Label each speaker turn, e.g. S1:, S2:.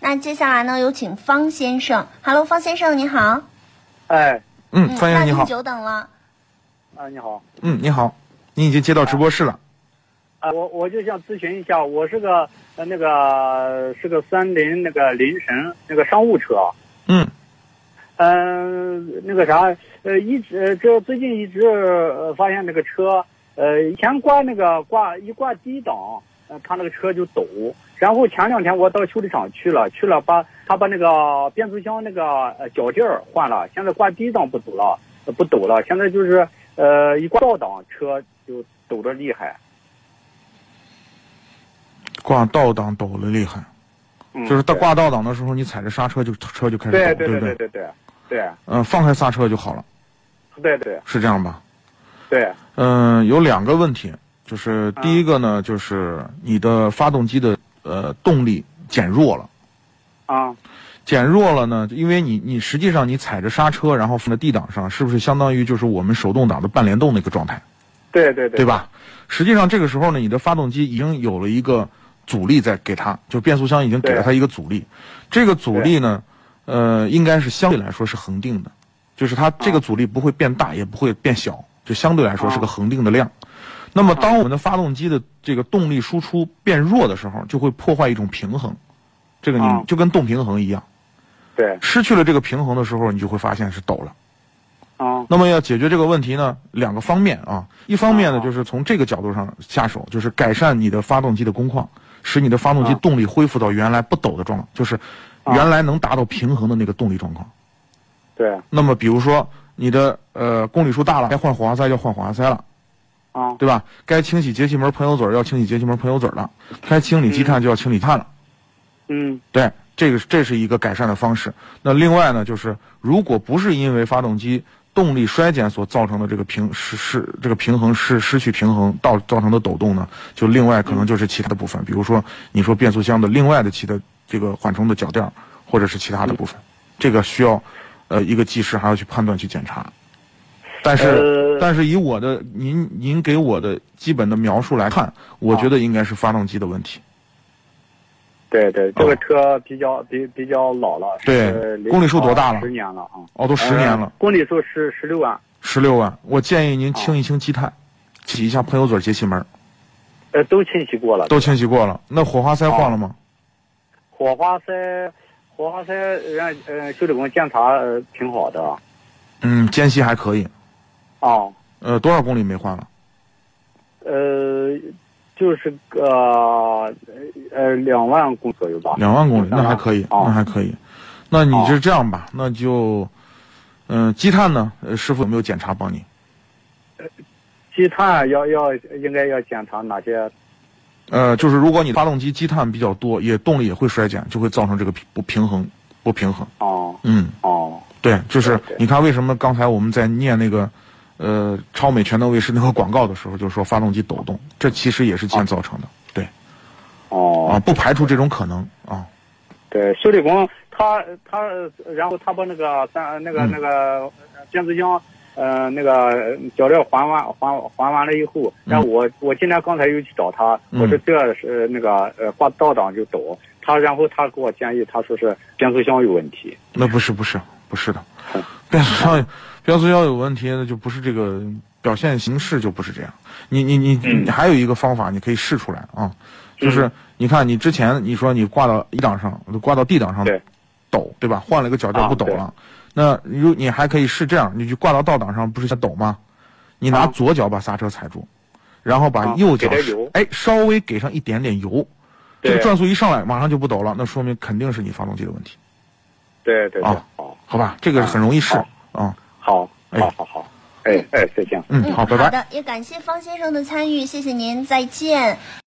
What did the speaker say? S1: 那接下来呢，有请方先生。Hello，方先生，你好。
S2: 哎，
S1: 嗯
S3: 嗯，方先生你
S1: 让
S3: 好
S1: 您，久等了。
S2: 啊，你好，
S3: 嗯，你好，你已经接到直播室了，
S2: 啊，我我就想咨询一下，我是个呃那个是个三菱那个凌晨那个商务车，
S3: 嗯
S2: 嗯、那个啥，呃，一直呃这最近一直、呃、发现那个车，呃，以前挂那个挂一挂低档，呃，它那个车就抖。然后前两天我到修理厂去了，去了把他把那个变速箱那个呃脚垫儿换了，现在挂低档不抖了，呃不抖了，现在就是呃一挂倒档车就抖得厉害。
S3: 挂倒档抖了厉害，
S2: 嗯
S3: 就是到挂倒档的时候，你踩着刹车就车就开始抖，
S2: 对对对
S3: 对不
S2: 对？对对对
S3: 嗯、放开刹车就好了，
S2: 对对
S3: 是这样吧？
S2: 对，
S3: 嗯、有两个问题，就是
S2: 啊
S3: 第一个呢，就是你的发动机的呃动力减弱了。
S2: 啊
S3: 减弱了呢，因为你你实际上你踩着刹车，然后放在 D 档上，是不是相当于就是我们手动挡的半联动的一个状态，
S2: 对对对
S3: 对？吧？实际上这个时候呢，你的发动机已经有了一个阻力在给它，就变速箱已经给了
S2: 对
S3: 它一个阻力，这个阻力呢，呃，应该是相对来说是恒定的，就是它这个阻力不会变大，也不会变小，就相对来说是个恒定的量。那么，当我们的发动机的这个动力输出变弱的时候，就会破坏一种平衡，这个你
S2: 嗯
S3: 就跟动平衡一样。
S2: 对
S3: 失去了这个平衡的时候，你就会发现是抖了。
S2: 啊
S3: 那么要解决这个问题呢，两个方面啊，一方面呢
S2: 啊
S3: 就是从这个角度上下手，就是改善你的发动机的工况，使你的发动机动力恢复到原来不抖的状况，就是原来能达到平衡的那个动力状况。
S2: 对
S3: 那么比如说你的呃公里数大了，该换火花塞要换火花塞了。
S2: 啊
S3: 对吧？该清洗节气门喷油嘴儿要清洗节气门喷油嘴儿了，该清理积碳就要清理碳了。
S2: 嗯
S3: 对，这个这是一个改善的方式。那另外呢，就是如果不是因为发动机动力衰减所造成的这个平失失这个平衡失失去平衡到造成的抖动呢，就另外可能就是其他的部分，比如说你说变速箱的另外的其他这个缓冲的脚垫儿，或者是其他的部分，这个需要呃一个技师还要去判断去检查。但是，
S2: 呃
S3: 但是以我的您您给我的基本的描述来看，我觉得应该是发动机的问题。
S2: 对对，这个车比较比比较老了，
S3: 啊对
S2: 是
S3: 公里数多大了
S2: 十年了啊，
S3: 哦，都十年了
S2: 呃。公里数是十六万，
S3: 十六万，我建议您清一清积碳，洗一下喷油嘴、节气门，
S2: 呃，都清洗过了，
S3: 都清洗过了。那火花塞换了吗？
S2: 火花塞，火花塞人家呃修理工检查呃挺好的啊，
S3: 嗯，间隙还可以。
S2: 啊，
S3: 呃，多少公里没换了？
S2: 呃，就是个呃呃两万公左右吧，
S3: 两万公里，那还可以，
S2: 啊
S3: 那还可以。那你就这样吧，那就，嗯、积碳呢？呃，师傅有没有检查帮你？
S2: 积碳要要应该要检查哪些？
S3: 呃，就是如果你发动机积碳比较多，也动力也会衰减，就会造成这个不平衡，不平衡。
S2: 哦
S3: 嗯，
S2: 哦
S3: 对，就是
S2: 对对
S3: 你看为什么刚才我们在念那个，呃，超美全能卫士那个广告的时候，就说发动机抖动，这其实也是键造成的。对
S2: 哦
S3: 啊，不排除这种可能啊。
S2: 对，修理工他他，然后他把那个三那个
S3: 嗯
S2: 那个变速箱，呃，那个脚垫还完还还完了以后，然后我我今天刚才又去找他，
S3: 嗯
S2: 我说这是那个呃挂倒档就抖，他然后他给我建议，他说是变速箱有问题。
S3: 那不是不是不是的，变速箱变速箱有问题，那就不是这个表现形式就不是这样。你你你
S2: 嗯
S3: 你还有一个方法，你可以试出来啊，就是你看你之前你说你挂到一档上，挂到 D 档上
S2: 对
S3: 抖对吧？换了个脚垫
S2: 啊
S3: 不抖了，那如你还可以是这样，你就挂到倒档上不是先抖吗？你拿
S2: 啊
S3: 左脚把刹车踩住，然后把
S2: 啊
S3: 右脚
S2: 给点油
S3: 哎稍微给上一点点油，这
S2: 对
S3: 个转速一上来马上就不抖了，那说明肯定是你发动机的问题，
S2: 对对对，
S3: 啊
S2: 好，
S3: 好吧？这个是很容易试
S2: 啊
S3: 啊。
S2: 好，
S3: 哎
S2: 好，好，好，哎哎，再见。
S3: 嗯，好，拜拜。
S1: 好的，也感谢方先生的参与，谢谢您，再见。